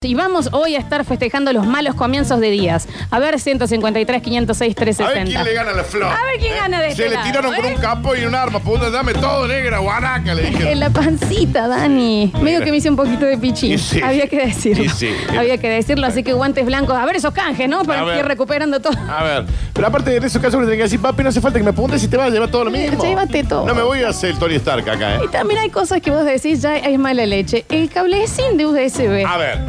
Y vamos hoy a estar festejando los malos comienzos de días. A ver, 153, 506, A ver quién le 360. gana a la flor. ¿eh? A ver quién gana de Se este le lado, tiraron con ¿eh? un campo y un arma. Puta, dame todo negra, guanaca, le En dijeron. la pancita, Dani. Medio que me hice un poquito de pichín. Y sí. Había que decirlo. Y sí. Había que decirlo, así que guantes blancos. A ver esos canjes, ¿no? A Para ver. ir recuperando todo. A ver, pero aparte de esos casos uno tiene que decir, papi, no hace falta que me apuntes y te vas a llevar todo lo mismo. Llévate todo. No me voy a hacer el Tony Stark acá, ¿eh? Y también hay cosas que vos decís, ya es mala leche. El cablecín de USB. A ver. A ver.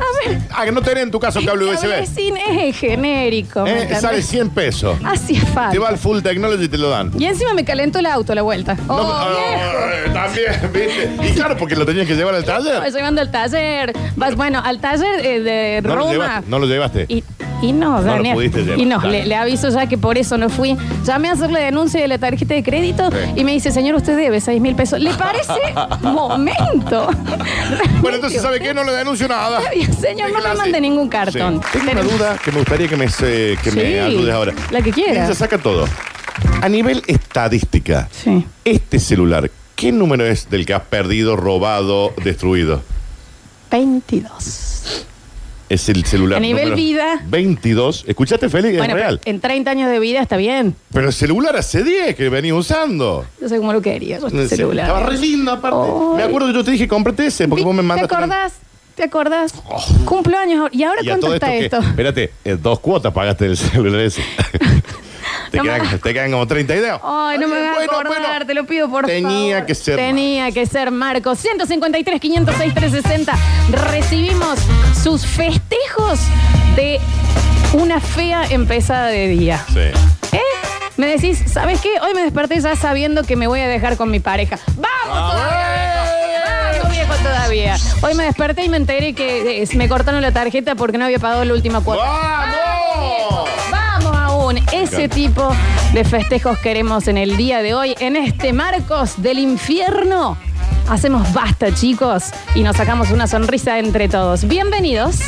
Ah, que no tenés en tu caso un cable El USB. cablecín es genérico. ¿me Eh, entendés? sale 100 pesos. Así es Te fácil. va al full technology y te lo dan. Y encima me calentó el auto a la vuelta. No, ¡Oh, viejo! ah, eh, también, ¿viste? Y claro, porque lo tenías que llevar al Vas taller. llevando al taller. Vas, bueno, al taller eh, de No lo Roma. llevaste. No lo llevaste. Y, y no, lo Daniel. pudiste llevar, y no, dale. le, le aviso ya que por eso no fui. Llamé a hacer la denuncia de la tarjeta de crédito Sí. y me dice, señor, usted debe 6 mil pesos. ¿Le parece? Momento. Bueno, entonces, ¿sabe qué? No le denuncio nada. Señor, Qué no me clase. mande ningún cartón. Sí. Tengo una duda que me gustaría que me, se- que me Sí, ayudes ahora. la que quieras. Ella saca todo. A nivel estadística, Sí. este celular, ¿qué número es del que has perdido, robado, destruido? 22. Es el celular. A nivel número vida. 22. ¿Escuchaste, Félix? bueno, es pero real. Pero, en 30 años de vida está bien. el celular hace 10 que venís usando. Yo sé cómo lo quería, yo este Sí, celular. Estaba re lindo, aparte. Ay. Me acuerdo que yo te dije, cómprate ese, porque Pues vos me mandaste. ¿Te una- acordás? ¿Te acordás? Oh. Cumplo años. ahora. ¿Y ahora Y a cuánto todo esto, está que- esto? espérate, eh, dos cuotas pagaste del celular ese. te, No quedan, me- te quedan como 30 ideas. Ay, no me Oye, vas bueno, a acordar, bueno. te lo pido por favor. Tenía que ser Tenía que ser Marco. 153, 506, 360. Recibimos sus festejos de una fea empezada de día. Sí. ¿Eh? Me decís, ¿sabes qué? Hoy me desperté ya sabiendo que me voy a dejar con mi pareja. ¡Vamos todavía! viejo! ¡Vamos, viejo, todavía! Hoy me desperté y me enteré que eh, me cortaron la tarjeta porque no había pagado la última cuota. ¡Vamos! Vamos aún. Ese encanta. tipo de festejos queremos en el día de hoy, en este Marcos del Infierno. Hacemos basta, chicos, y nos sacamos una sonrisa entre todos. Bienvenidos.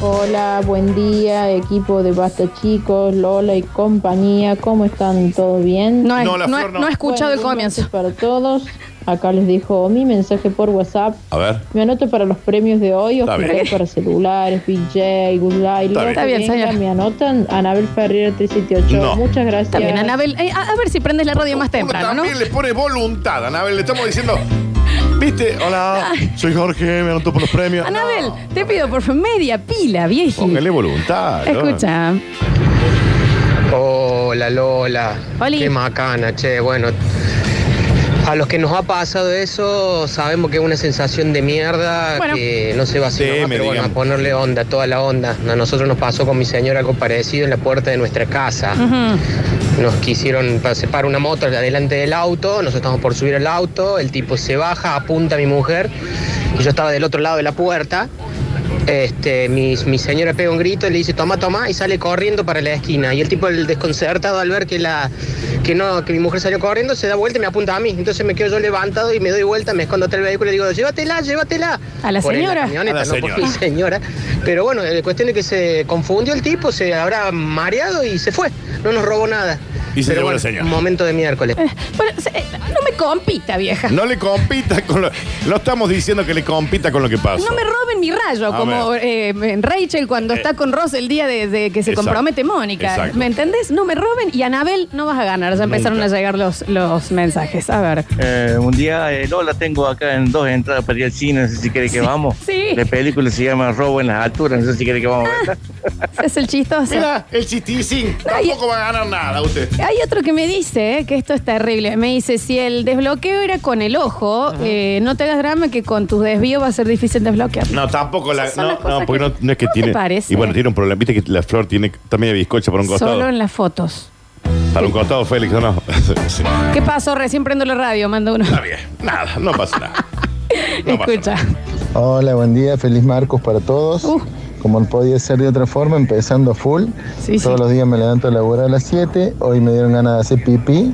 Hola, buen día, equipo de Basta Chicos, Lola y compañía. ¿Cómo están? ¿Todo bien? No, he- No, la no he- Flor no. no he escuchado el Bueno, buenas comienzo. noches Para todos, acá les dejo mi mensaje por WhatsApp. A ver. Me anoto para los premios de hoy, Está bien. ofertas para celulares, BJ, Good Light, Está lo bien. que Está bien, venga, señor. Me anotan Anabel Ferreira 378. No. Muchas gracias. Está bien, Anabel. Eh, a, a ver si prendes la radio más temprano, Uno Ah, ¿no? también le pone voluntad, Anabel. Le estamos diciendo, viste, hola, soy Jorge, me anoto por los premios. Anabel, te pido por favor media pila, vieji. Póngale voluntad. ¿no? Escucha. Hola Lola, Oli. qué macana, che, bueno. A los que nos ha pasado eso, sabemos que es una sensación de mierda, Bueno. que no se va a hacer Sí, nomás, me pero bueno, digan. a ponerle onda, toda la onda. A nosotros nos pasó con mi señora algo parecido en la puerta de nuestra casa. Ujú. Nos quisieron pa- separar una moto delante del auto, nosotros estamos por subir al auto, el tipo se baja, apunta a mi mujer, y yo estaba del otro lado de la puerta. Este, mi, mi señora pega un grito, le dice toma, toma, y sale corriendo para la esquina. Y el tipo, el desconcertado al ver que la que no, que mi mujer salió corriendo, se da vuelta y me apunta a mí. Entonces me quedo yo levantado y me doy vuelta, me escondo atrás del vehículo y digo, llévatela, llévatela. A la Por en señora. camioneta, A la no por señora. mi señora. Pero bueno, la cuestión es que se confundió el tipo, se habrá mareado y se fue. No nos robó nada. Y se Pero llevó bueno, la señora. un Momento de miércoles. Eh, bueno, se- eh, no me compita, vieja. No le compita con lo. No estamos diciendo que le compita con lo que pasa. No me roben mi rayo, A Eh. como eh, en Rachel cuando está con Ross el día de, de que se Exacto. compromete Mónica. Exacto. ¿Me entendés? No me roben y Anabel no vas a ganar. Ya empezaron Nunca. a llegar los, los mensajes. A ver. Eh, un día eh, Lola tengo acá en dos entradas para ir al cine, no sé si quiere que vamos. sí. La película se llama Robo en las alturas, no sé si quiere que vamos. a verla. Es el chistoso. Mira, el chistísimo. Ay. Tampoco va a ganar nada usted. Hay otro que me dice eh, que esto es terrible. Me dice, si el desbloqueo era con el ojo, eh, no te hagas drama que con tus desvíos va a ser difícil desbloquear. No, tampoco la. Esas son No, las cosas no, porque que- no, no es que ¿Cómo te tiene. parece? Y bueno, tiene un problema. Viste que la flor tiene también bizcocha por un costado. Solo en las fotos. Para un costado, Félix, ¿o no? Sí. ¿Qué pasó? Recién prendo la radio, manda uno. Está bien. Nada, no pasa nada. No pasa Escucha. Hola, buen día, feliz Marcos para todos. Uh. Como no podía ser de otra forma, empezando full. Sí, sí. Todos los días me levanto a laburar a las 7. Hoy me dieron ganas de hacer pipí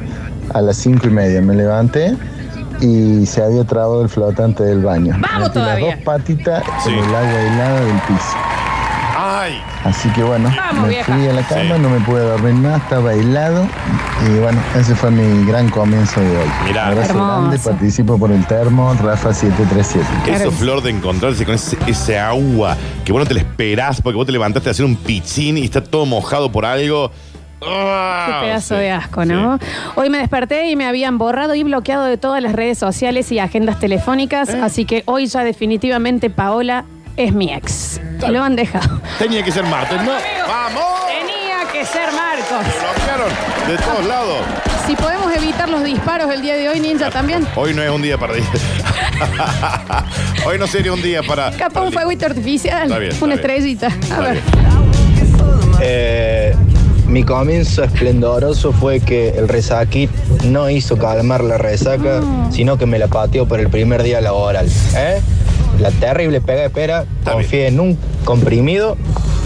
a las 5 y media. Me levanté y se había trabado el flotante del baño. ¡Vamos Metí las todavía! dos patitas Sí. en el agua helada del piso. Ah, Ay, Así que bueno, Vamos, me vieja. fui a la cama, Sí. no me pude dormir más, estaba helado. Y bueno, ese fue mi gran comienzo de hoy. Mirá. Abrazo Hermoso. grande, participo por el termo, Rafa 737. eso Claro. flor de encontrarse con ese, ese agua que vos no te la esperás porque vos te levantaste a hacer un pichín y está todo mojado por algo. ¡Ah! Qué pedazo Sí, de asco, ¿no? sí. Hoy me desperté y me habían borrado y bloqueado de todas las redes sociales y agendas telefónicas, Eh. así que hoy ya definitivamente Paola es mi ex. Tal. Lo han dejado. Tenía que ser martes, ¿no? ¡Vamos! Tenía que ser Lo Marcos. bloquearon de todos lados. Si podemos evitar los disparos el día de hoy, Ninja, también. Hoy no es un día para Hoy no sería un día para. Capaz un fueguito artificial, Está bien, está una bien. estrellita. A Está ver. bien. Eh, mi comienzo esplendoroso fue que el resaquit no hizo calmar la resaca, sino que me la pateó por el primer día laboral. ¿Eh? La terrible pega de pera, Está confié en un comprimido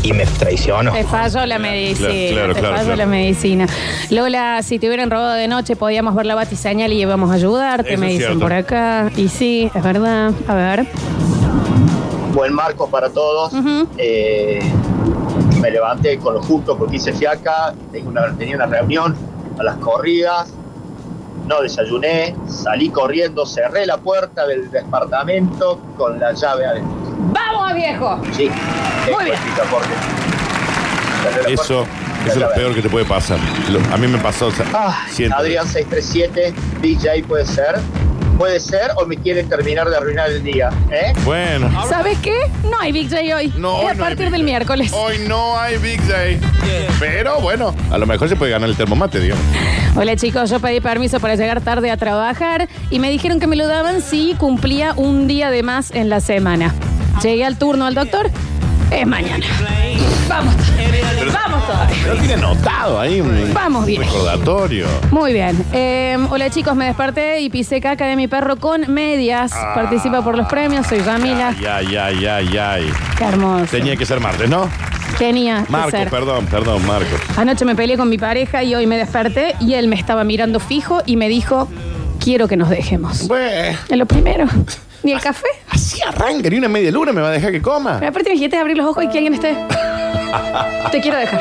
y me traicionó. Te falló la medicina. claro, te claro, falló claro. la medicina. Lola, si te hubieran robado de noche, podíamos ver la batiseñal y íbamos a ayudarte, Eso me es dicen cierto. por acá. Y sí, es verdad. A ver. buen marco para todos. Ujú. Eh, me levanté con lo justo porque hice fiaca, tengo una- tenía una reunión a las corridas, no desayuné, salí corriendo, cerré la puerta del departamento con la llave adentro. ¡Vamos, viejo! Sí, tengo bien. el picaporte. Cerré la Eso, puerta, la eso es lo llave peor que te puede pasar. Lo- a mí me pasó. o sea, Ah, siento- Adrián 637, DJ puede ser. Puede ser o me quieren terminar de arruinar el día, ¿eh? Bueno. ¿Sabes qué? No hay Big J hoy. No, es hoy a no hay partir Big del Day. miércoles. Hoy no hay Big Day. Pero bueno, a lo mejor se puede ganar el termomate, digamos. Hola chicos, yo pedí permiso para llegar tarde a trabajar y me dijeron que me lo daban si cumplía un día de más en la semana. Llegué al turno al doctor, es mañana. Vamos, vamos todavía. Pero tiene anotado ahí un, Vamos un bien. recordatorio. Muy bien. Eh, hola chicos, me desperté y pisé caca de mi perro con medias. Ah. Participa por los premios, soy Ramila. Ay, ay, ay, ay, ay. Qué hermoso. Tenía que ser martes, ¿no? Tenía que Marco, ser. perdón, perdón, Marco. Anoche me peleé con mi pareja y hoy me desperté y él me estaba mirando fijo y me dijo, quiero que nos dejemos. Bueno, Es lo primero. Ni el café. así arranca, ni una media luna me va a dejar que coma. Pero aparte me dijiste abrir los ojos y que alguien esté. Te quiero dejar.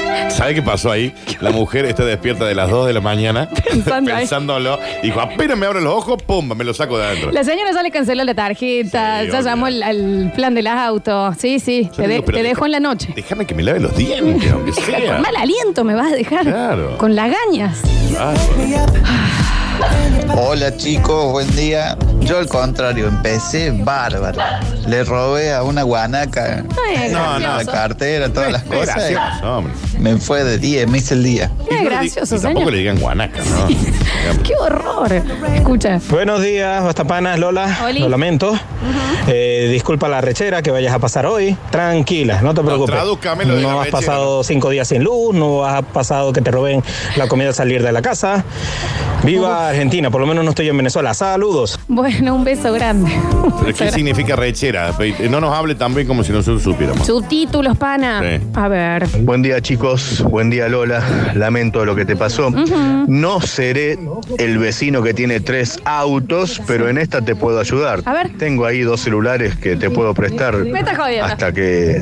¿Sabe qué pasó ahí? La mujer está despierta de las 2 de la mañana Pensando ahí. pensándolo. Dijo, apenas me abro los ojos, pumba, me lo saco de adentro. La señora ya le canceló la tarjeta, Sí, ya obvio. llamó al, al plan de las autos. Sí, sí, Yo te, digo, de- pero te deja- dejo en la noche. Déjame que me lave los dientes, aunque sea. Con mal aliento me vas a dejar. Claro. Con lagañas. Ah, Hola chicos, buen día. Yo al contrario, empecé bárbaro. Le robé a una guanaca es No, la no, gracioso. cartera, todas las es cosas. gracioso, hombre. Me fue de 10, me hice el día. No Y es no le di- gracioso, y Tampoco señor. le digan guanaca, ¿no? Digamos. Qué horror. Escucha. Buenos días, bastapanas, Lola. Oli. Lo lamento. Eh, disculpa la rechera que vayas a pasar hoy. Tranquila, no te preocupes. tradúzcame lo de la no has rechera. pasado cinco días sin luz, no has pasado que te roben la comida al salir de la casa. Viva Argentina, por lo menos no estoy en Venezuela. Saludos. Bueno, un beso grande. Un ¿Pero beso qué grande. significa rechera? No nos hable tan bien como si nosotros supiéramos. Subtítulos, pana. Sí. A ver. Buen día chicos, buen día Lola, lamento lo que te pasó. No seré el vecino que tiene tres autos, pero en esta te puedo ayudar. A ver. Tengo ahí dos celulares que te puedo prestar Me estás jodiendo. hasta que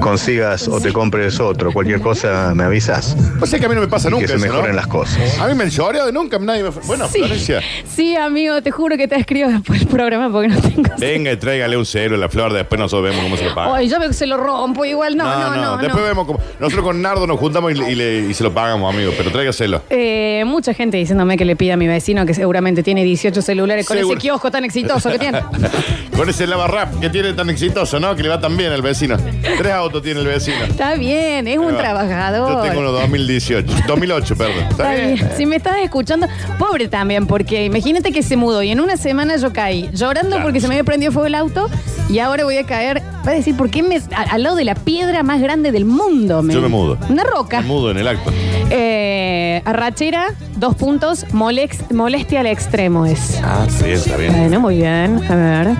consigas o te compres otro. Cualquier cosa me avisas. O sea que a mí no me pasa Y nunca que se eso, ¿no? mejoren las cosas. A mí me han lloreado de nunca, nadie me... Bueno, Sí. Florencia, Sí, amigo, te juro que te escribo después del programa porque no tengo. venga y tráigale un cero a la flor, después nosotros vemos cómo se lo paga. Ay, yo veo que se lo rompo igual. No, no, no. no. Después vemos cómo... Nosotros con Nardo nos juntamos y, le- y le- y se lo pagamos, amigo, pero tráigaselo. Eh, mucha gente diciéndome que le pida a mi vecino, que seguramente tiene 18 celulares con Seguro. ese kiosco tan exitoso que tiene. Con ese lavarrap que tiene tan exitoso, ¿no? Que le va tan bien al vecino. Tres autos tiene el vecino. Está bien, es Ahí un va. trabajador. Yo tengo uno 2018. 2008, perdón. Está bien. Si me estás escuchando, pobre también, porque imagínate que se mudó y en una semana yo caí llorando Claro. porque se me había prendido fuego el auto y ahora voy a caer. Va a decir, ¿por qué me, a- al lado de la piedra más grande del mundo? Yo me mudo. Una roca. Me mudo en el acto. Eh, arrachera, dos puntos, molex- molestia al extremo es. Ah, sí, está bien. Bueno, muy bien. A ver.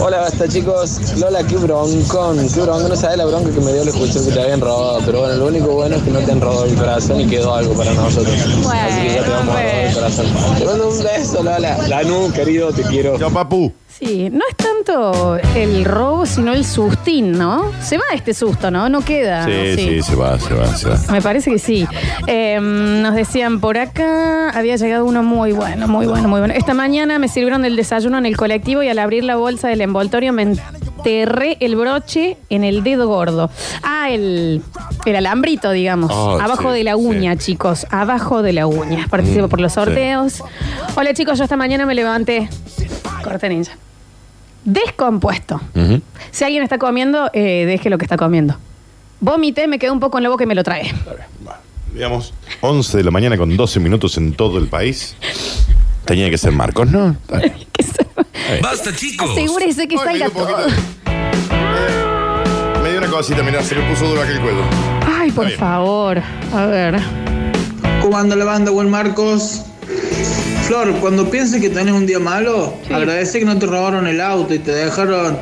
Hola, basta chicos. Lola, qué broncón. Qué broncón. No sabes la bronca que me dio el escuchar que te habían robado. Pero bueno, lo único bueno es que no te han robado el corazón y quedó algo para nosotros. Así que ya te vamos a robar el corazón. Te mando un beso, Lola. Lanu, querido, te quiero. Chao, papu. Sí, Sí, no es tanto el robo, sino el sustín, ¿no? Se va este susto, ¿no? No queda. Ah, Sí, ¿no? sí, se va, se va, se va. Me parece que sí. Eh, nos decían, por acá había llegado uno muy bueno, muy bueno, muy bueno. Esta mañana me sirvieron del desayuno en el colectivo y al abrir la bolsa del envoltorio me enterré el broche en el dedo gordo. Ah, el, el alambrito, digamos. Oh, abajo sí, de la uña, chicos. Abajo de la uña. Participo Mm, por los sí. sorteos. Hola, chicos, yo esta mañana me levanté. Corte ninja. Descompuesto. Si alguien está comiendo, eh, deje lo que está comiendo. Vomité, me quedé un poco en la boca y me lo trae. Digamos, 11 de la mañana con 12 minutos en todo el país. Tenía que ser Marcos, ¿no? Está bien. Está bien. Basta, chicos. Asegúrese que salga todo. Me dio una cosita, mirá, se me puso duro aquel cuello. Ay, por favor. A ver. ¿Cómo anda la banda, buen Marcos? Flor, cuando pienses que tenés un día malo, agradece que no te robaron el auto y te dejaron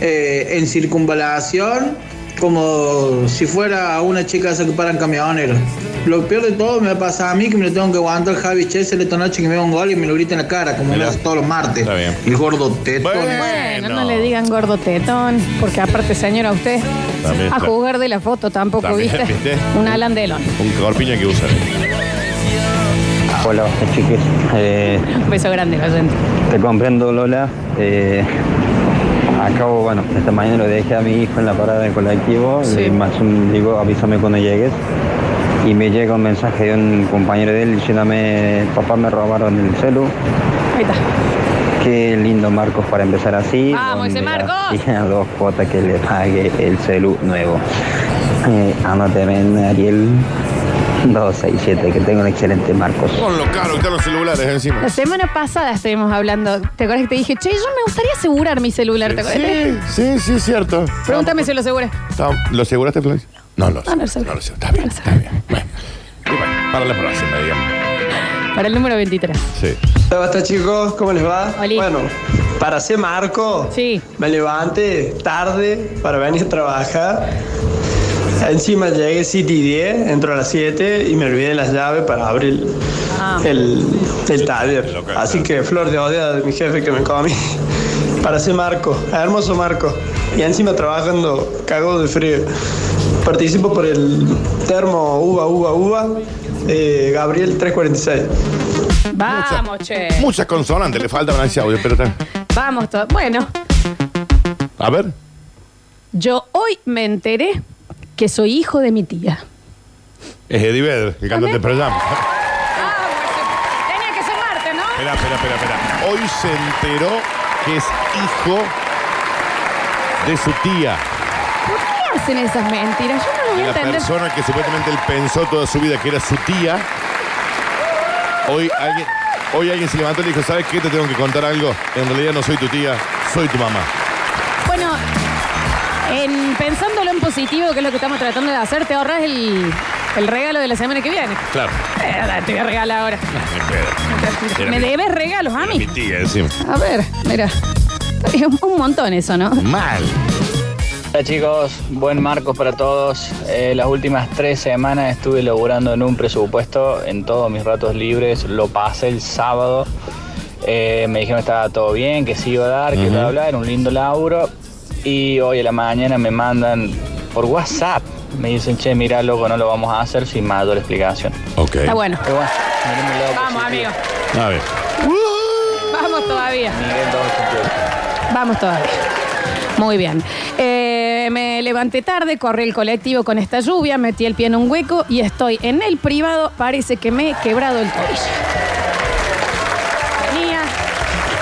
eh, en circunvalación como si fuera una chica esa que paran camioneros. Lo peor de todo me pasa a mí que me lo tengo que aguantar Javi Chesel esta noche que me da un gol y me lo grita en la cara, como me lo hace todos los martes. El gordo teto. Bueno, no le digan gordo tetón, porque aparte, señora, usted También a está- jugar de la foto tampoco, También, ¿viste? ¿viste? Un Alan Delon. Un corpiño que usan. Hola, chiques. Eh, Un beso grande, lo siento. te comprendo, Lola. Eh, acabo, bueno, esta mañana lo dejé a mi hijo en la parada del colectivo. Le más un- digo, avísame cuando llegues. Y me llega un mensaje de un compañero de él diciéndome, papá, me robaron el celu. Ahí está. Qué lindo Marcos para empezar así. ¡Vamos, ese donde Marcos! hacía dos cuotas que le pague el celu nuevo. Eh, ándate, ven, Ariel 267, que tenga un excelente Marcos. Con lo caro que están los celulares encima. La semana pasada estuvimos hablando. ¿Te acuerdas que te dije, che, yo me gustaría asegurar mi celular? ¿Te acuerdas? Sí, sí, sí, es cierto. Pregúntame si lo aseguré. Está- ¿Lo aseguraste, Florencia? No lo sé. No, no lo sé. No lo sé. Está bien, está bien. Bueno. Y bueno, para la próxima, digamos. Para el número 23. Sí. Hola, basta chicos, ¿cómo les va? Bueno, para ser Marco, me levanté tarde para venir a trabajar. Encima llegué 7 y 10, entro a las 7 y me olvidé las llaves para abrir Ah. el, el taller. Así que flor de odia de mi jefe que me comí. Para ser Marco, hermoso Marco. Y encima trabajando, cago de frío. Participo por el termo uva, uva, uva, eh, Gabriel 346. Vamos, che. Muchas consonantes le faltan a ese audio, pero está. Vamos todos. Bueno, A ver. yo hoy me enteré que soy hijo de mi tía. Es Eddie Vedder, el cantante de Pearl Jam. Ah, Tenía que ser Marte, ¿no? Espera, espera, espera, espera. Hoy se enteró que es hijo de su tía, ¿Por qué hacen esas mentiras? Yo no lo voy de a la entender. persona que supuestamente él pensó toda su vida que era su tía. Hoy alguien, hoy alguien se levantó y le dijo, ¿sabes qué? Te tengo que contar algo. En realidad no soy tu tía, soy tu mamá. Bueno, en, pensándolo en positivo, que es lo que estamos tratando de hacer, te ahorras el, el regalo de la semana que viene. Claro. Eh, dale, te voy a regalar ahora. Era Me mi- debes regalos a era mí. Mi tía, encima. A ver, mira. Es un- un montón eso, ¿no? Mal. Hola chicos, buen Marcos para todos. Eh, las últimas tres semanas estuve laburando en un presupuesto en todos mis ratos libres. Lo pasé el sábado. Eh, me dijeron que estaba todo bien, que sí iba a dar, que Ujú. bla bla, era un lindo laburo. Y hoy a la mañana me mandan por WhatsApp. Me dicen, che, mira loco, no lo vamos a hacer sin mayor explicación. Ok. Está bueno. Pero bueno, miremos el lado Vamos, positivo. amigo. A ver. Vamos todavía. Miguel 288. Vamos todavía. Muy bien. Eh, me levanté tarde, corrí el colectivo con esta lluvia, metí el pie en un hueco y estoy en el privado. Parece que me he quebrado el tobillo. Tenía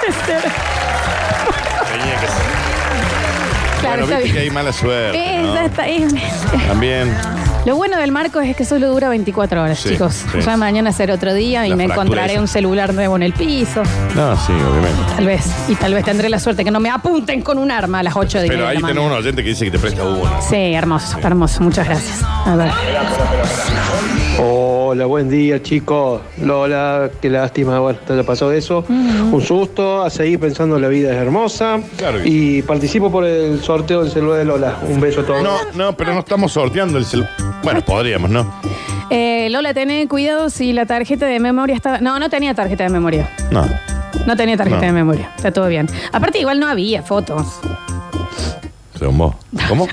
que ser. Tenía que ser. Claro, bueno, está viste bien. que hay mala suerte. Eh, ¿no? ya está, eh. También. Lo bueno del marco es que solo dura 24 horas, Sí, chicos. sí. Ya mañana será otro día y La me fractura encontraré esa. un celular nuevo en el piso. No, sí, obviamente. Tal vez. Y tal vez tendré la suerte que no me apunten con un arma a las 8 de, Pero la ahí mañana. tenemos un oyente que dice que te presta uno. Sí, hermoso, hermoso. Muchas gracias. A ver. Hola, buen día chicos. Lola, qué lástima, bueno, te le pasó eso. Un susto, a seguir pensando la vida es hermosa. y participo por el sorteo del celular de Lola. Un beso a todos. No, no, pero no estamos sorteando el celular. Bueno, podríamos, ¿no? Eh, Lola, tené cuidado si la tarjeta de memoria estaba. No, no tenía tarjeta de memoria. No. No tenía tarjeta No. de memoria. Está todo bien. Aparte, igual no había fotos. Según vos. ¿Cómo?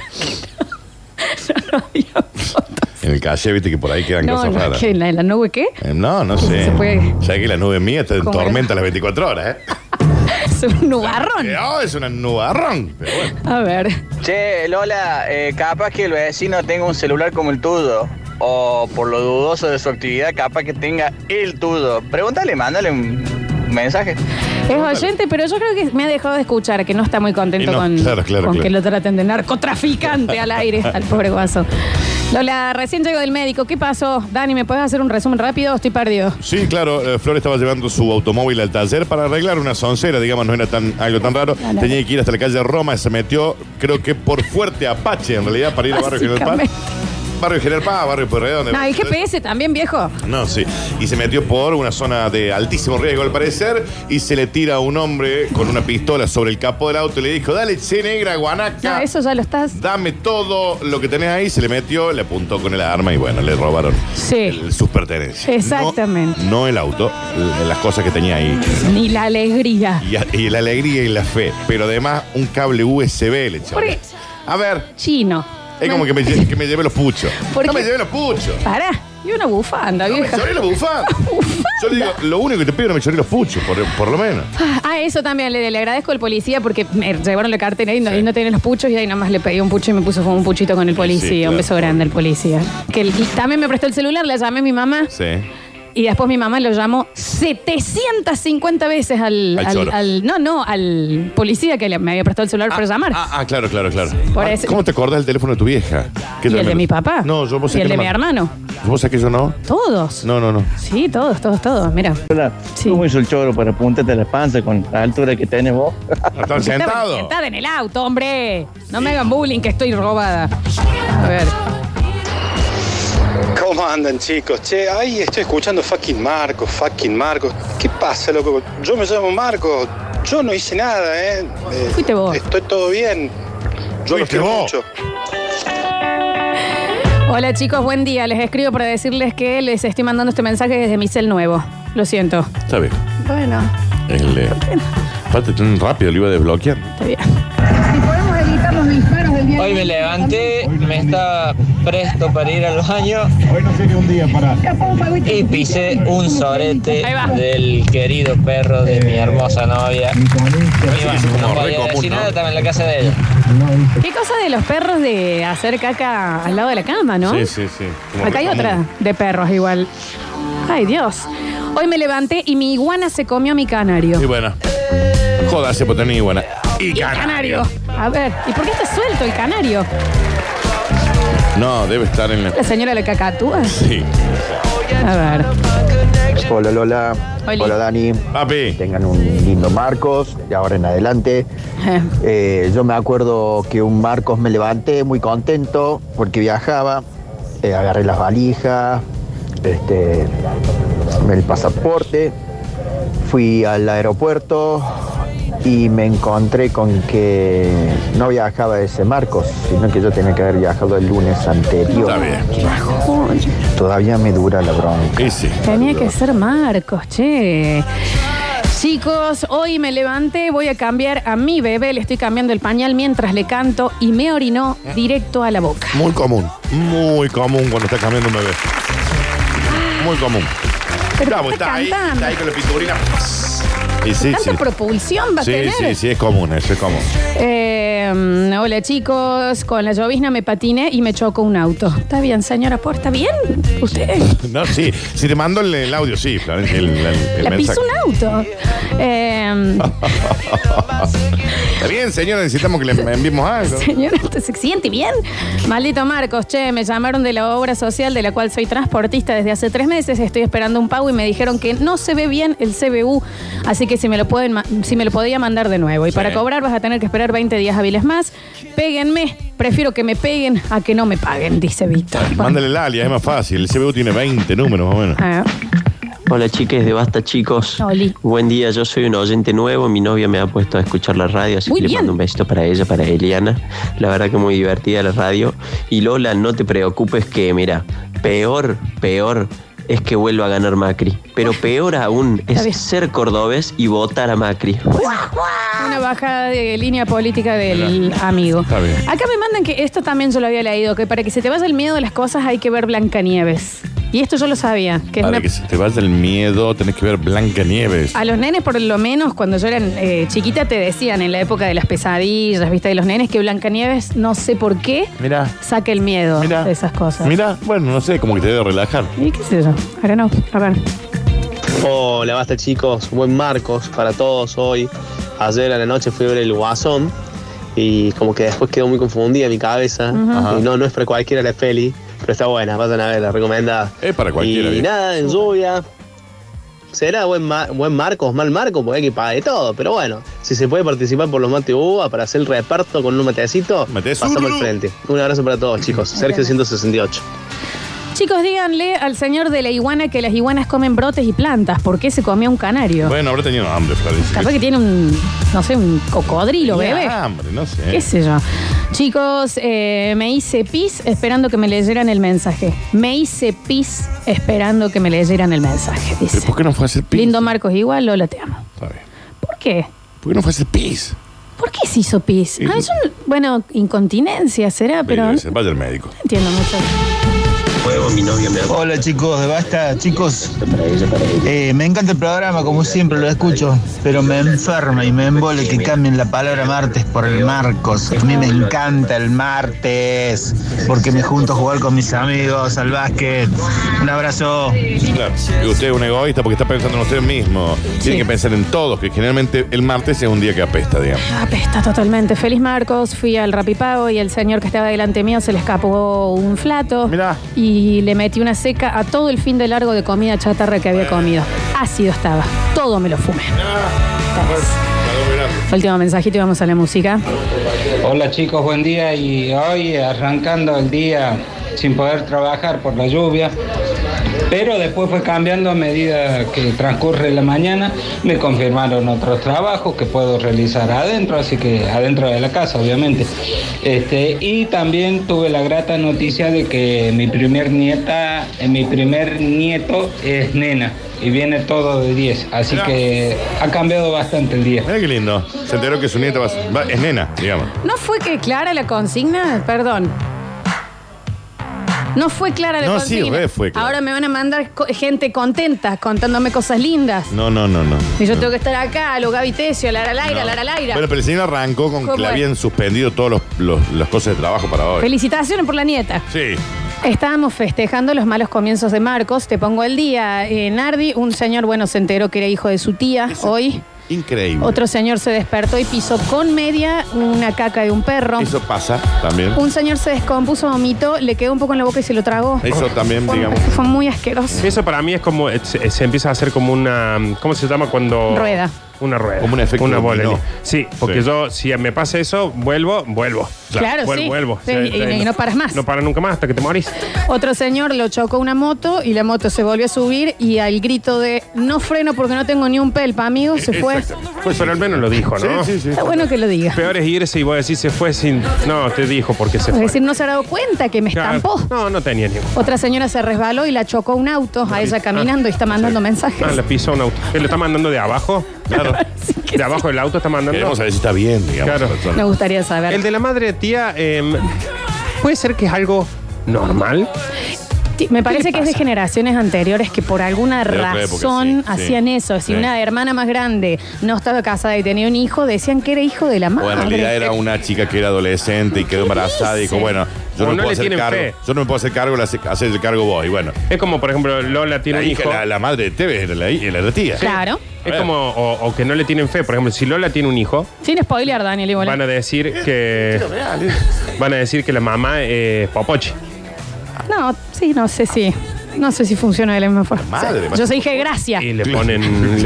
En el calle, viste que por ahí quedan No, cosas no, raras. que la, la nube qué? Eh, No, no sé. Se puede- Ya que la nube mía está en ¿Cómo era? tormenta las 24 horas, ¿eh? Es un nubarrón. No, Ah, es una nubarrón. A ver. Che, Lola, eh, capaz que el vecino tenga un celular como el tuyo. O por lo dudoso de su actividad, capaz que tenga el tuyo. Pregúntale, mándale un mensaje. Es oyente, pero yo creo que me ha dejado de escuchar, que no está muy contento Y no, con, claro, claro, con claro. que lo traten de narcotraficante al aire, al pobre guaso. Lola, recién llegó del médico. ¿Qué pasó? Dani, ¿me puedes hacer un resumen rápido? Estoy perdido. Sí, claro, eh, Flor estaba llevando su automóvil al taller para arreglar una soncera, digamos, no era tan, algo tan raro. Tenía que ir hasta la calle Roma, se metió, creo que por fuerte Apache, en realidad, para ir a Barrio General Paz. Barrio General Paz, Barrio Pueyrredón. No, el GPS también, viejo. No, sí. Y se metió por una zona de altísimo riesgo, al parecer, y se le tira a un hombre con una pistola sobre el capó del auto y le dijo, dale, che, negra, guanaca. No, eso ya lo estás. Dame todo lo que tenés ahí, se le metió, le apuntó con el arma y bueno, le robaron el- sus pertenencias. Exactamente. No el auto, l- las cosas que tenía ahí. Ni la alegría. Y, a- y la alegría y la fe. Pero además, un cable USB le echó. Porque- A ver. Chino. Es como que me, lle- que me lleve los puchos. Porque- No me lleve los puchos. Pará. Y una bufanda, vieja. Choré los bufandos. Yo le digo, lo único que te pido es no me choré los puchos, por, por lo menos. Ah, eso también. Le, le agradezco al policía porque me llevaron la cartera y no, y no tenía los puchos y ahí nomás le pedí un pucho y me puso como un puchito con el policía. claro. Un beso grande al policía. Que el- y también me prestó el celular, la llamé a mi mamá Sí. y después mi mamá lo llamó 750 veces al... Al al- choro. al- no, no, al policía que le- me había prestado el celular para llamar. Ah, ah, claro, claro, claro. Por Ah, eso- ¿Cómo te acordás del teléfono de tu vieja? ¿Qué y el de mi papá. No, yo vos Y sabés que el de no mi me- hermano. ¿Vos sabés que yo no? Todos. No, no, no. Sí, todos, todos, todos. Mira. Hola, ¿cómo hizo el choro para apuntarte la panza con la altura que tenés vos? Están Estaba sentada en el auto, hombre. No me hagan bullying que estoy robada. A ver. ¿Cómo andan chicos? Che, ahí estoy escuchando fucking Marcos, fucking Marcos. ¿Qué pasa, loco? Yo me llamo Marcos, yo no hice nada, ¿eh? Eh, Fuiste vos. Estoy todo bien. Yo lo quiero mucho. Hola chicos, buen día. Les escribo para decirles que les estoy mandando este mensaje desde mi cel nuevo. Lo siento. Está bien. Bueno, El, eh, aparte, tan rápido lo iba a desbloquear. está bien. Hoy me levanté, me estaba presto para ir al baño. Hoy no un día para. Y pisé un sorete del querido perro de Eh, mi hermosa novia. Y bueno, no podía decir nada, estaba en la casa de ella. Qué cosa de los perros de hacer caca al lado de la cama, ¿no? Sí, sí, sí. Como Acá hay común. otra de perros igual. Ay, Dios. Hoy me levanté y mi iguana se comió a mi canario. Y bueno. Joda, se tenía iguana. Y Canario. canario. A ver, ¿y por qué está suelto el canario? No, debe estar en la. La señora le cacatúa. Sí. A ver. Hola Lola. Oli. Hola, Dani. Papi. Tengan un lindo Marcos de ahora en adelante. Eh, yo me acuerdo que un Marcos me levanté muy contento porque viajaba. Eh, agarré las valijas, este, el pasaporte, fui al aeropuerto y me encontré con que no viajaba ese Marcos, sino que yo tenía que haber viajado el lunes anterior. Está bien. Todavía me dura la bronca. Tenía que ser Marcos, che. Chicos, hoy me levanté, voy a cambiar a mi bebé, le estoy cambiando el pañal mientras le canto y me orinó directo a la boca. Muy común. Muy común cuando estás cambiando un bebé. Muy común. Bravo, está ahí, está ahí con la pinturina. Y sí, Tanta sí. propulsión va a Sí, tener. sí, sí, es común, eso es común. Eh, hola chicos, con la llovizna me patiné y me chocó un auto. Está bien, señora Por, está bien. Usted No, sí. Si te mando el, el audio, sí, Florencia, el, el- el la mensaje. pisó un auto. Eh, Está bien, señora, necesitamos que le enviemos algo. Señora, ¿usted ¿se siente bien? Maldito Marcos, che, me llamaron de la obra social de la cual soy transportista desde hace tres meses. Estoy esperando un pago y me dijeron que no se ve bien el CBU, así que si me lo pueden, ma- si me lo podía mandar de nuevo. Y Sí. para cobrar vas a tener que esperar 20 días hábiles más. Péguenme, prefiero que me peguen a que no me paguen, dice Víctor. Mándale el alias, es más fácil. El CBU tiene 20 números más o menos. Ah, Hola chiques de Basta Chicos. Oli. Buen día, yo soy un oyente nuevo. Mi novia me ha puesto a escuchar la radio, así Muy que le bien. mando un besito para ella, para Eliana. La verdad que muy divertida la radio. Y Lola, no te preocupes que, mira, peor, peor es que vuelva a ganar Macri. Pero peor aún es ser cordobés y votar a Macri. Una bajada de línea política del amigo. Está bien. Acá me mandan que esto también yo lo había leído, que para que se te vaya el miedo de las cosas hay que ver Blancanieves. Y esto yo lo sabía. Que es Para una- que se te vaya el miedo, tenés que ver Blanca Nieves. A los nenes, por lo menos, cuando yo era eh, chiquita, te decían en la época de las pesadillas, viste, de los nenes, que Blancanieves, no sé por qué, Mira, saca el miedo de esas cosas. mira, bueno, no sé, como que te debe relajar. ¿Y qué sé yo? Ahora no. A ver. Hola, basta chicos, buen Marcos para todos hoy. Ayer a la noche fui a ver el Guasón y como que después quedó muy confundida mi cabeza. Ujú. Ajá. Y no, no es para cualquiera la peli, pero está buena, vayan a verla, recomendada. Es para cualquiera, Y viejo. nada, en lluvia. Será buen, ma- buen Marcos, mal Marcos, porque hay que pagar de todo. Pero bueno, si se puede participar por los mate uva para hacer el reparto con un matecito, pasamos al frente. Un abrazo para todos chicos. Sergio 168. Chicos, díganle al señor de la iguana que las iguanas comen brotes y plantas. ¿Por qué se comió un canario? Bueno, habrá tenido hambre, Florencia. Capaz que tiene un, no sé, un cocodrilo, Tenía bebé. hambre, eh. no sé. ¿Qué sé yo? Chicos, eh, me hice pis esperando que me leyeran el mensaje. Me hice pis esperando que me leyeran el mensaje. dice. ¿Pero por qué no fue a hacer pis? Lindo Marcos, igual Lola, te amo. Está bien. ¿Por qué? ¿Por qué no fue a hacer pis? ¿Por qué se hizo pis? Sí. Ah, es un- bueno, incontinencia será, pero no Debe ser, Vaya al médico. entiendo mucho. Hola chicos, de basta, chicos. Eh, me encanta el programa, como siempre lo escucho, pero me enferma y me embole que cambien la palabra martes por el Marcos. A mí me encanta el martes, porque me junto a jugar con mis amigos al básquet. Un abrazo. Claro. Y usted es un egoísta porque está pensando en usted mismo. Tiene que pensar en todos, que generalmente el martes es un día que apesta, digamos. Apesta totalmente. Feliz Marcos, fui al Rapipago y el señor que estaba delante mío se le escapó un flato. Y le metí una seca a todo el fin de largo de comida chatarra que había comido. Ácido estaba. Todo me lo fumé. Último mensajito y vamos a la música. Hola chicos, buen día y hoy arrancando el día sin poder trabajar por la lluvia, pero después fue cambiando a medida que transcurre la mañana, me confirmaron otros trabajos que puedo realizar adentro, así que adentro de la casa obviamente. Este, y también tuve la grata noticia de que mi primer nieta, eh, mi primer nieto es nena y viene todo de 10, así que ha cambiado bastante el día. Mira qué lindo. Se enteró que su nieta va, a- va- es nena, digamos. ¿No fue que clara la consigna? Perdón. No fue clara la No, sí, consigna. re fue clara. Ahora me van a mandar co- gente contenta contándome cosas lindas. No, no, no, no. Y yo tengo que estar acá, a lo Gaby Tesio, a Lara Laira, Mm. No. a Lara Laira. Bueno, pero el señor arrancó con ¿Cómo que le es? habían suspendido todas los- los- las cosas de trabajo para hoy. Felicitaciones por la nieta. Sí. Estábamos festejando los malos comienzos de Marcos. Te pongo el día. Eh, Nardi, un señor, bueno, se enteró que era hijo de su tía hoy. Increíble. Otro señor se despertó y pisó con media una caca de un perro. Eso pasa también. Un señor se descompuso, vomitó, le quedó un poco en la boca y se lo tragó. Eso también, Fue- digamos. Fue muy asqueroso. Eso para mí es como. es- Se, se empieza a hacer como una. ¿Cómo se llama cuando.? Rueda. Una rueda. Como un efecto Una bola. dominó. Sí, porque yo, si me pasa eso, vuelvo, vuelvo. Claro, vuelvo, sí. Vuelvo. Sí, y- y no paras más. No paras nunca más hasta que te morís. Otro señor lo chocó una moto y la moto se volvió a subir y al grito de no freno porque no tengo ni un pelpa, amigo, se fue. Pues, pero al menos lo dijo, ¿no? Sí, sí, Está bueno que lo diga. Peor es irse y vos decís se fue sin. No, te dijo porque se Es fue. decir, no se ha dado cuenta que me estampó. No, no tenía ni. Otra señora se resbaló y la chocó un auto a ella caminando y está mandando mensajes. Ah, la pisó un auto. ¿Qué, ¿Lo está mandando de abajo? Claro. De abajo del auto está mandando. Queremos saber si está bien, digamos. Claro. Me gustaría saber. El de la madre tía, em, ¿puede ser que es algo normal? Sí, Me parece le que es de pasa? generaciones anteriores que por alguna De otra época, razón sí, sí. hacían eso. Si Sí. una hermana más grande no estaba casada y tenía un hijo, decían que era hijo de la madre. O en realidad era una chica que era adolescente y quedó embarazada y dijo, dice? bueno, yo O no, me no puedo le hacer tienen cargo. fe. Yo no me puedo hacer cargo, la hace- haces el cargo vos. Y bueno. Es como, por ejemplo, Lola tiene La un hija, hijo. la, la madre de Teve era la, era la tía. Sí. Claro. Es como, o, o que no le tienen fe. Por ejemplo, si Lola tiene un hijo, Sin spoiler, Daniel, igual. van a decir que. Van a decir que la mamá es popoche. No, sí, no sé si. No sé si funciona de la misma forma. madre, Sí. madre. Yo se dije gracias. Y le ponen.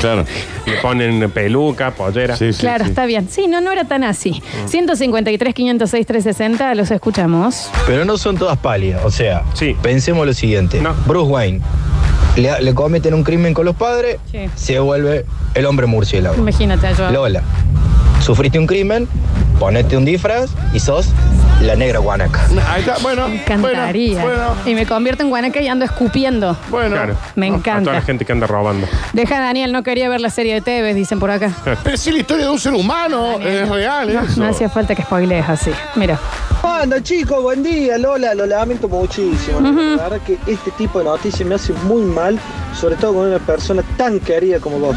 claro. Le ponen peluca, pollera. claro, está bien. Sí, no, no era tan así. Mm. 153, 506, 360, los escuchamos. Pero no son todas pálidas, o sea, pensemos lo siguiente. Bruce Wayne le, le cometen un crimen con los padres, Sí. se vuelve el hombre murciélago. Imagínate, yo. Lola, sufriste un crimen, ponete un disfraz y sos la negra guanaca. Ahí está, bueno. Me encantaría. Y me convierto en guanaca y ando escupiendo. Bueno. Claro. Me A toda la encanta. gente que anda robando. Deja Daniel, no quería ver la serie de TV, dicen por acá. Pero sí, la historia de un ser humano es real, ¿eh? No, eso. no hacía falta que spoilees así. Mira. Bueno, chicos, buen día, Lola, lo lamento muchísimo. La verdad que este tipo de noticias me hace muy mal, sobre todo con una persona tan querida como vos.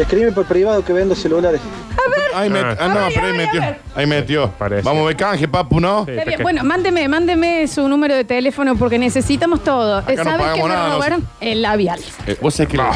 Escribime por privado que vendo celulares. Ahí met- ah, no, pero ahí metió. Ahí metió. Vamos a ver canje, papu, ¿no? Está bien. Bueno, mándeme, mándeme su número de teléfono porque necesitamos todo. Eh, no ¿Sabes qué pagamos me nada, no robaron? El labial. Eh, vos sabés que Ah.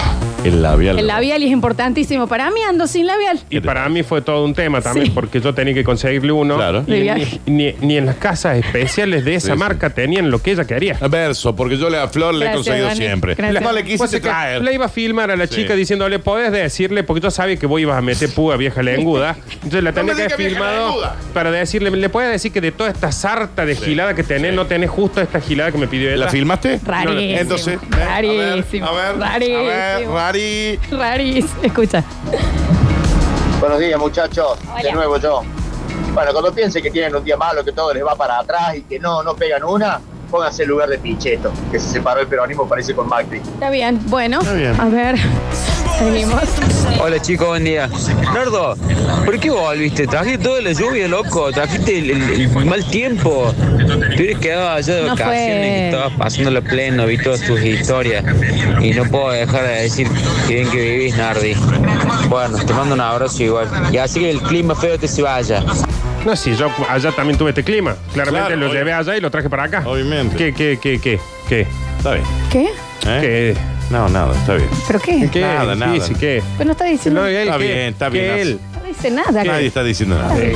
el- el labial. El labial es importantísimo. Para mí ando sin labial. Y para mí fue todo un tema también, Sí. porque yo tenía que conseguirle uno. Claro. Y De ni, viaje. ni- ni en las casas especiales de esa Sí, sí. marca tenían lo que ella quería. Verso, porque yo le a Flor le he Gracias, conseguido Dani. siempre. Gracias. No le Pues quise es que traer. La iba a filmar a la Sí. chica diciéndole, podés decirle, porque yo sabía que vos ibas a meter púa vieja lenguda. Entonces la No tenía me que haber digas vieja filmado lenguda. para decirle, le puedes decir que de toda esta sarta de gilada que tenés, no tenés justo esta gilada que me pidió ella. ¿La filmaste? No, la- Rarísimo. Entonces, ¿eh? rarísimo. a ver, rarísimo. a ver, rari. Rarísimo. Escucha. Buenos días, muchachos. De nuevo yo. Bueno, cuando piensen que tienen un día malo, que todo les va para atrás y que no, no pegan una, pónganse en lugar de Picheto, que se separó el peronismo, parece con Macri. Está bien. Bueno. A ver. Venimos. Hola chicos, buen día. Nardo, ¿por qué volviste? Trajiste toda la lluvia, loco. Trajiste el, el- el mal tiempo. Te hubieras quedado allá de No fue. vacaciones y estabas pasándola pleno. Vi todas tus historias. Y no puedo dejar de decir que bien que vivís, Nardi. Bueno, te mando un abrazo igual. Y así que el clima feo te se vaya. No, sí, yo allá también tuve este clima. Claramente Claro, lo obvio. llevé allá y lo traje para acá. Obviamente. ¿Qué, qué, qué, qué? ¿Qué? Está bien. ¿eh? ¿Qué? ¿Qué? No, nada, está bien. ¿Pero qué? ¿Qué? Nada, nada. Sí, sí, ¿qué? Pues no está diciendo. No, él, Está ¿qué? bien, está ¿Qué bien. él? No dice nada. Nadie está diciendo nada. A ver.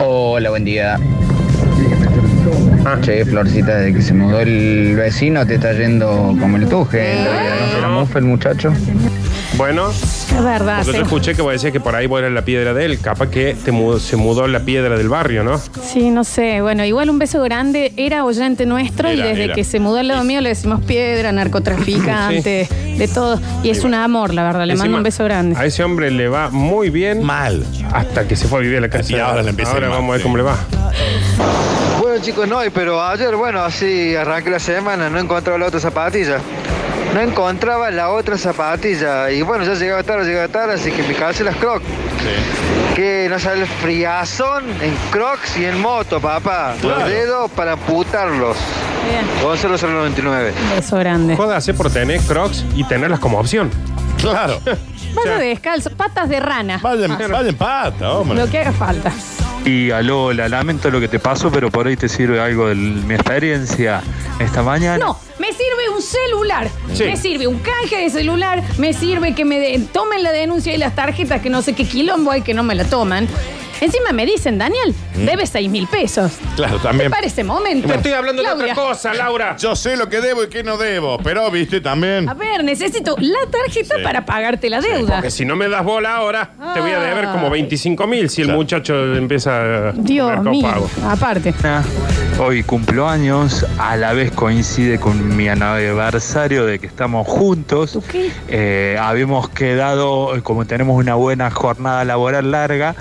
Hola, buen día. Ah. Che, Florcita, de que se mudó el vecino, te está yendo como el tuje. ¿eh? Era mufa el muchacho. Bueno, Es verdad. porque yo Sí. escuché que vos decías que por ahí vos eras la piedra de él. Capaz que te mudó- se mudó la piedra del barrio, ¿no? Sí, no sé. Bueno, igual un beso grande. Era oyente nuestro y Era, desde era. que se mudó al lado mío le decimos piedra, narcotraficante, de todo. Y es un amor, la verdad. Le mando Encima, un beso grande. A ese hombre le va muy bien. Mal. Hasta que se fue a vivir a la casa. Y ahora le empieza a Ahora ir mal, vamos a ver sí. cómo le va. Bueno chicos, no, pero ayer, bueno, así arranqué la semana, no encontraba la otra zapatilla. No encontraba la otra zapatilla. Y bueno, ya llegaba tarde, llegaba tarde, así que me calcé las crocs. Que no sale el friazón en crocs y en moto, papá. Los dedos para putarlos. Gonzalo 099. Beso grande. Joda hacer por tener crocs y tenerlas como opción. Claro. Vaya descalzo, patas de rana. Vayan, vayan pata, Lo que haga falta. Y Alola, lamento lo que te pasó, pero por ahí te sirve algo de mi experiencia esta mañana. No, me sirve un celular, Sí. me sirve un canje de celular, me sirve que me de- tomen la denuncia y las tarjetas que no sé qué quilombo hay que no me la toman. Encima me dicen, Daniel, Mm. debes 6 mil pesos. Claro, Me también. parece momento. Te Claudia, cosa, Laura. Yo sé lo que debo y qué no debo, pero viste también. A ver, necesito la tarjeta Sí. para pagarte la deuda. Porque si no me das bola ahora, te voy a deber como 25 mil si el muchacho empieza a Ah. Dios mío, aparte. Hoy cumplo años, a la vez coincide con mi aniversario de que estamos juntos. Eh, habíamos quedado, eh, como tenemos una buena jornada laboral larga,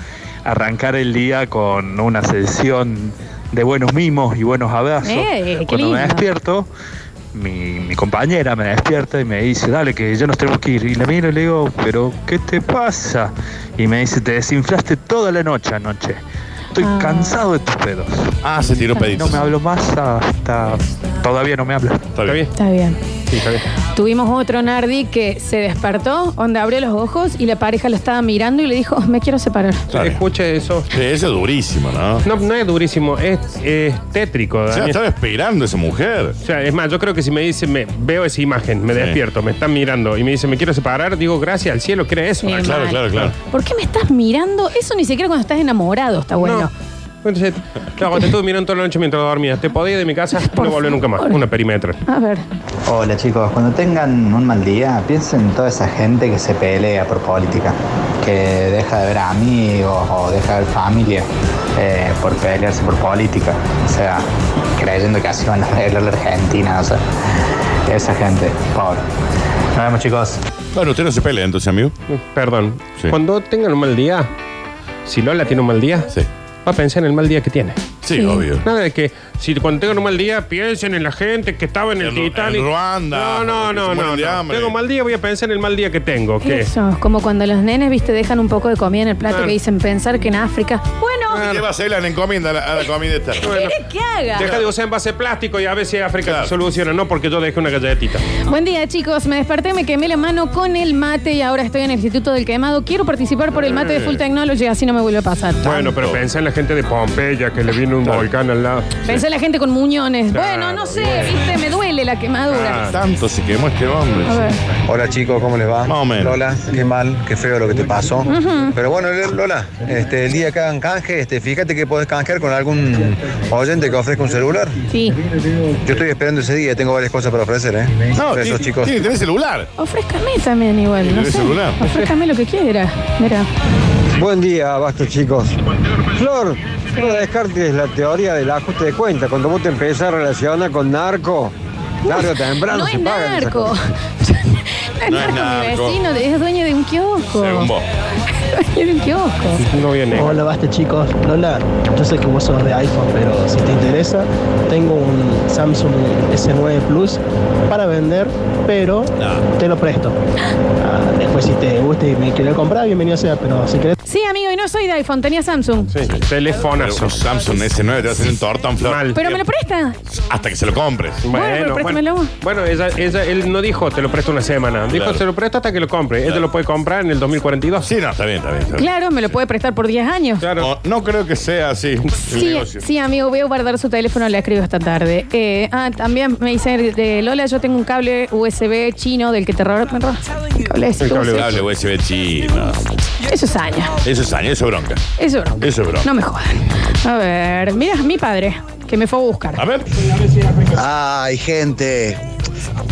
arrancar el día con una sesión de buenos mimos y buenos abrazos. Eh, qué Cuando me lindo. despierto, mi, mi compañera me despierta y me dice, dale, que ya nos tenemos que ir. Y la miro y le digo, pero ¿qué te pasa? Y me dice, te desinflaste toda la noche anoche. Estoy Ah. cansado de tus pedos. Ah, se tiró peditos. No me hablo más hasta... Todavía no me habla. Está bien. Está bien. Sí, está bien. Tuvimos otro Nardi que se despertó, onda abrió los ojos y la pareja lo estaba mirando y le dijo, "Oh, me quiero separar. Ah, Escuche eso. Sí, eso es durísimo, ¿no? No, no es durísimo, es, es tétrico. O sea, Daniel. estaba esperando esa O mujer. sea, es más, yo creo que si me dice, me, veo esa imagen, me despierto, me están mirando y me dice, me quiero separar, digo, gracias al cielo, ¿quiere eso? Sí, Ah, claro, mal. claro, claro. ¿Por qué me estás mirando? Eso ni siquiera cuando estás enamorado está bueno. Entonces, claro, te estuve mirando toda la noche mientras dormía. Te podía ir de mi casa, no volví nunca más. Una perimetra. A ver. Hola chicos, cuando tengan un mal día, piensen en toda esa gente que se pelea por política, que deja de ver amigos o deja de ver familia eh, por pelearse por política, o sea, creyendo que así van a arreglar la Argentina, o sea, esa gente, pobre. Nos vemos chicos. Eh, Bueno, usted no se pelea entonces, amigo. Perdón. Sí. Cuando tengan un mal día, si Lola tiene un mal día, va a pensar en el mal día que tiene. Sí, obvio. Nada de que si cuando tengan un mal día piensen en la gente que estaba en el Ru- en Titanic. Ruanda, No, no, porque se no, mueren no. de no. hambre. Tengo mal día, voy a pensar en el mal día que tengo. ¿Qué? Eso, como cuando los nenes, viste, dejan un poco de comida en el plato Claro. que dicen pensar que en África. Bueno, ¿Qué va a hacer la encomienda a la, a la comida esta? ¿qué que haga? Deja de usar envase plástico y a veces África se soluciona. No, porque yo dejé una galletita. Buen día, chicos. Me desperté, me quemé la mano con el mate y ahora estoy en el Instituto del Quemado. Quiero participar por el mate de Full Technology, así no me vuelve a pasar. Bueno, pero pensá en la gente de Pompeya que le vino un volcán al lado. Pensé en la gente con muñones. Claro, bueno, no sé, viste, me duele la quemadura. Tanto se quemó este hombre. A ver. Hola chicos, ¿cómo les va? Lola, qué mal, qué feo lo que te pasó. Ujú. Pero bueno, eh, Lola, este, el día que hagan canje, este, fíjate que podés canjear con algún oyente que ofrezca un celular. Sí. Yo estoy esperando ese día, tengo varias cosas para ofrecer, ¿eh? No, Besos, ti- chicos. tiene que tener celular. Ofrézcame también igual, no ¿Querés sé. celular? Ofrézcame lo que quiera. Mira. Buen día, basta chicos. Flor, no descartes la teoría del ajuste de cuenta. Cuando vos te empezás a relacionar con narco, tarde o temprano No se es pagan esas narco. cosas. No es narco. Mi vecino es dueño de un kiosco. Dueño de un kiosco. Hola, basta chicos. Lola, yo sé que vos sos de iPhone, pero si te interesa, tengo un Samsung S9 Plus para vender, pero te lo presto. Ah, después, si te gusta y me querés comprar, bienvenido sea, pero si querés. Sí, amigo, y no soy de iPhone, tenía Samsung. Telefonazo. Samsung S9 te va a hacer un tortón, Flor. Pero me lo presta. Hasta que se lo compres. Bueno, pero préstamelo. Bueno, ella, ella- él no dijo te lo presto una semana. Dijo Claro. se lo presto hasta que lo compre. Ella lo puede comprar en el 2042. Sí, no, está bien, está bien. Claro, me lo puede prestar por 10 años. Claro. No, no creo que sea así el Sí, negocio. sí, amigo, voy a guardar su teléfono, le escribo esta tarde. Eh, ah, también me dice eh, Lola, yo tengo un cable USB chino del que te robaron. Me robaron el cable ese. El cable cable USB chino. Eso es año. Eso es año, eso es bronca. Eso no. Eso es bronca. No me jodan. A ver, mira, mi padre, que me fue a buscar. A ver. Ay, gente.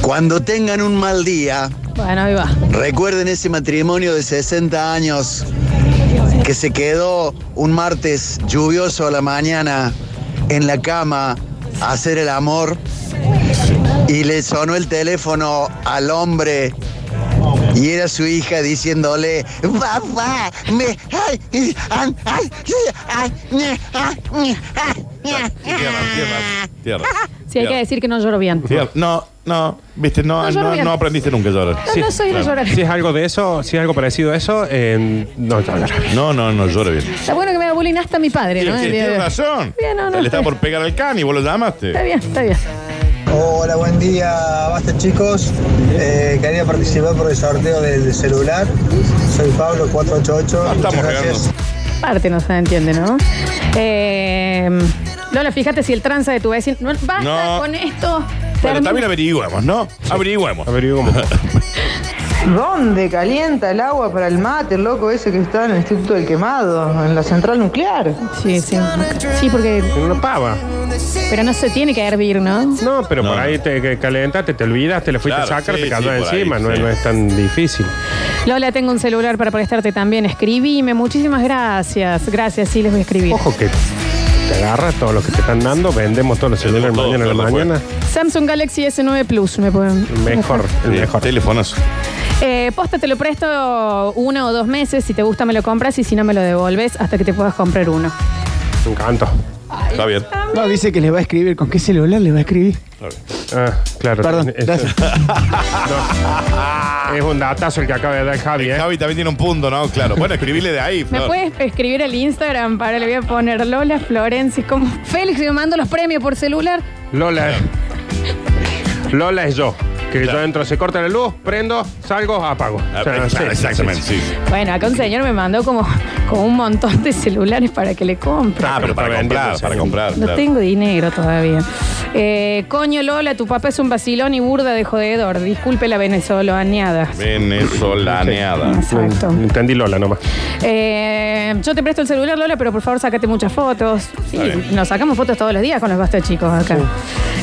Cuando tengan un mal día, Bueno, ahí va. recuerden ese matrimonio de 60 años que se quedó un martes lluvioso a la mañana en la cama a hacer el amor y le sonó el teléfono al hombre y era su hija diciéndole, papá, me... Ay, ay, ay, ay, ay, ay, ay, ay". Tierra. Sí, hay que decir que no lloro bien. Tierra. No, no, viste, no, No, yo no, bien. no aprendiste nunca a llorar. No, no soy de llorar. Si es algo de eso, si es algo parecido a eso, eh, no llora. No, no, no llora bien. Está bueno que me da bullying hasta mi padre, ¿no? Sí, El día de tienes hoy. razón. Bien, no, no, Él está está bien. por pegar al can y vos lo llamaste. Está bien, está bien. Hola, buen día, basta chicos. Eh, quería participar por el sorteo del celular. Soy Pablo 488. Muchas gracias. Parte no se entiende, ¿no? Eh, Lola, fíjate si el tranza de tu vecino. No, basta No. con esto. Bueno, Termina. también averigüemos, ¿no? Averigüemos. Averigüemos. ¿Dónde calienta el agua para el mate, el loco ese que está en el Instituto del Quemado, en la central nuclear? Sí, sí. Sí, porque. Una pava. Pero no se tiene que hervir, ¿no? No, pero por ahí te que calentaste, te olvidaste, le fuiste a Claro, sacar, sí, te cayó sí, por encima. ahí, no, sí. no es tan difícil. Lola, tengo un celular para prestarte también. Escribime. Muchísimas gracias. Gracias, sí, les voy a escribir. Ojo que te agarra todo lo que te están dando, vendemos todos los celulares mañana a la mañana. Samsung Galaxy S9 Plus, me pueden. Mejor, el mejor. Telefonazo. Eh, posta, te lo presto uno o dos meses. Si te gusta, me lo compras y si no, me lo devolves hasta que te puedas comprar uno. Un canto. Está bien. No, dice que les va a escribir. ¿Con qué celular les va a escribir? Ah, claro. Perdón, Es- gracias. No, es un datazo el que acaba de dar Javi, ¿eh? Javi también tiene un punto, ¿no? Claro. Bueno, escribile de ahí, ¿Me Flor. puedes escribir al Instagram? Para, le voy a poner Lola Florencia. Como Félix, me mando los premios por celular. Lola es. Lola es yo. Que yo entro, se corta la luz, prendo, salgo, apago. O sea, claro, sí, Ah, exactamente, sí. Bueno, acá un señor me mandó como, como un montón de celulares para que le compre. Ah, pero para comprar, para comprar. No claro. tengo dinero todavía. Eh, coño, Lola, tu papá es un vacilón y burda de jodedor. Disculpe la venezolaniada. Venezolaneada. Exacto. Entendí Lola nomás. Eh, yo te presto el celular, Lola, pero por favor sacate muchas fotos. Sí, Está bien. nos sacamos fotos todos los días con los bastos chicos acá.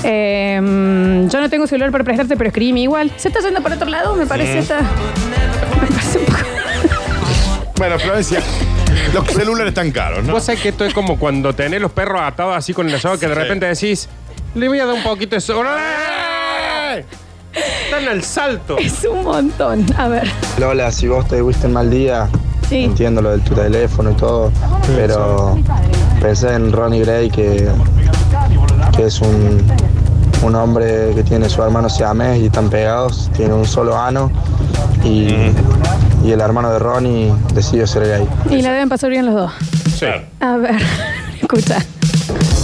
Eh, mm, yo no tengo celular para prestarte, pero escribime igual. Se está yendo para otro lado, me parece. Mm. Sí. esta- me parece un poco- Bueno, Florencia, los celulares están caros, ¿no? Vos sabés que esto es como cuando tenés los perros atados así con el asado que de Sí. Ah, repente decís, le voy a dar un poquito de sol. Están al salto. Es un montón. A ver. Lola, si vos te gusta mal día, Entiendo lo de tu teléfono y todo, pero pensé en Ronnie Gray, que, que es un, un hombre que tiene su hermano Siamés y están pegados, tiene un solo ano y, y el hermano de Ronnie decidió ser gay. Y la deben pasar bien los dos. A ver, escucha.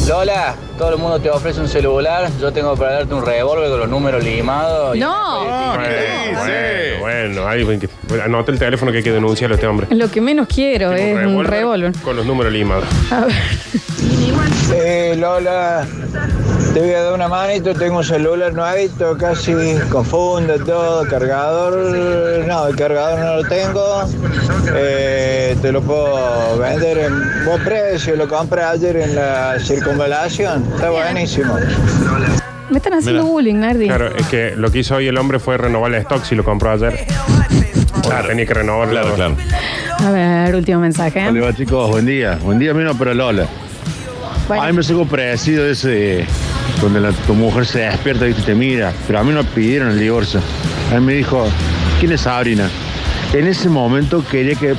Lola, todo el mundo te ofrece un celular. Yo tengo para darte un revólver con los números limados. y- Ah, No, Bueno, bueno, alguien que- bueno, anota el teléfono que hay que denunciarlo a este hombre. lo que menos quiero es un revólver. Con los números limados. A ver. Eh, Lola, te voy a dar una manito, tengo un celular nuevito, casi confundo todo, cargador, no, el cargador no lo tengo, Eh, te lo puedo vender en buen precio, lo compré ayer en la circunvalación, está buenísimo. Me están haciendo Mira. bullying, Nardi. Claro, es que lo que hizo hoy el hombre fue renovar el stock si lo compró ayer. Claro, tenía que renovarlo. Claro, claro. A ver, último mensaje. ¿Cómo le va, chicos? Buen día. Buen día, menos para Lola. A mí me sacó parecido ese donde la- tu mujer se despierta y te mira. Pero a mí no pidieron el divorcio. A mí me dijo, ¿quién es Sabrina? En ese momento quería que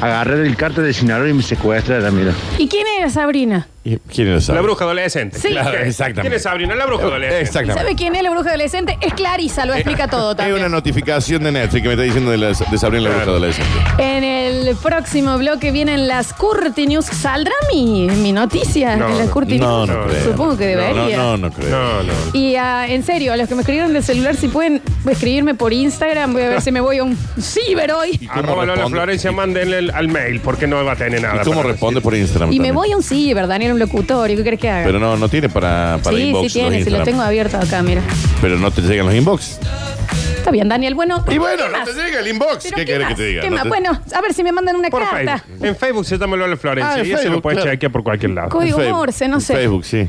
agarrar el cártel de Sinaloa y me secuestrara, mira. ¿Y quién era Sabrina? ¿Quién es La bruja adolescente. Sí. Claro, exactamente. ¿Quién es Sabrina? La bruja adolescente. ¿Sabe quién es la bruja adolescente? Es Clarisa, lo explica todo Hay también. una notificación de Netflix que me está diciendo de, la- de Sabrina la bruja adolescente. En el próximo bloque vienen las Curti News. ¿Saldrá mi, mi noticia en las Curti no, News? no creo. Supongo que debería. No, no, no creo. No, no. Y ah, en serio, a los que me escribieron del celular, si pueden escribirme por Instagram, voy a ver si me voy a un ciber hoy. Arroba Lola responde? Florencia, mándenle el- al mail porque no va a tener nada. ¿Y cómo para responde por Instagram? Y me también? voy a un ciber, Daniel, un locutorio. ¿Qué crees que haga? Pero no, no tiene para, para sí, inbox. sí tiene, los si lo Instagram. tengo abierto acá, mira. Pero no te llegan los inbox. Está bien, Daniel. Bueno, Y bueno, ¿qué no más? te llega el inbox. ¿Pero ¿Qué querés que te diga? ¿Qué No más? te- Bueno, a ver si me mandan una Por carta. Facebook. En Facebook se llama Lola Florencia Ah, en y eso Facebook, lo puedes claro. chequear por cualquier lado. Código En Facebook. Morse, no sé. Facebook, sí.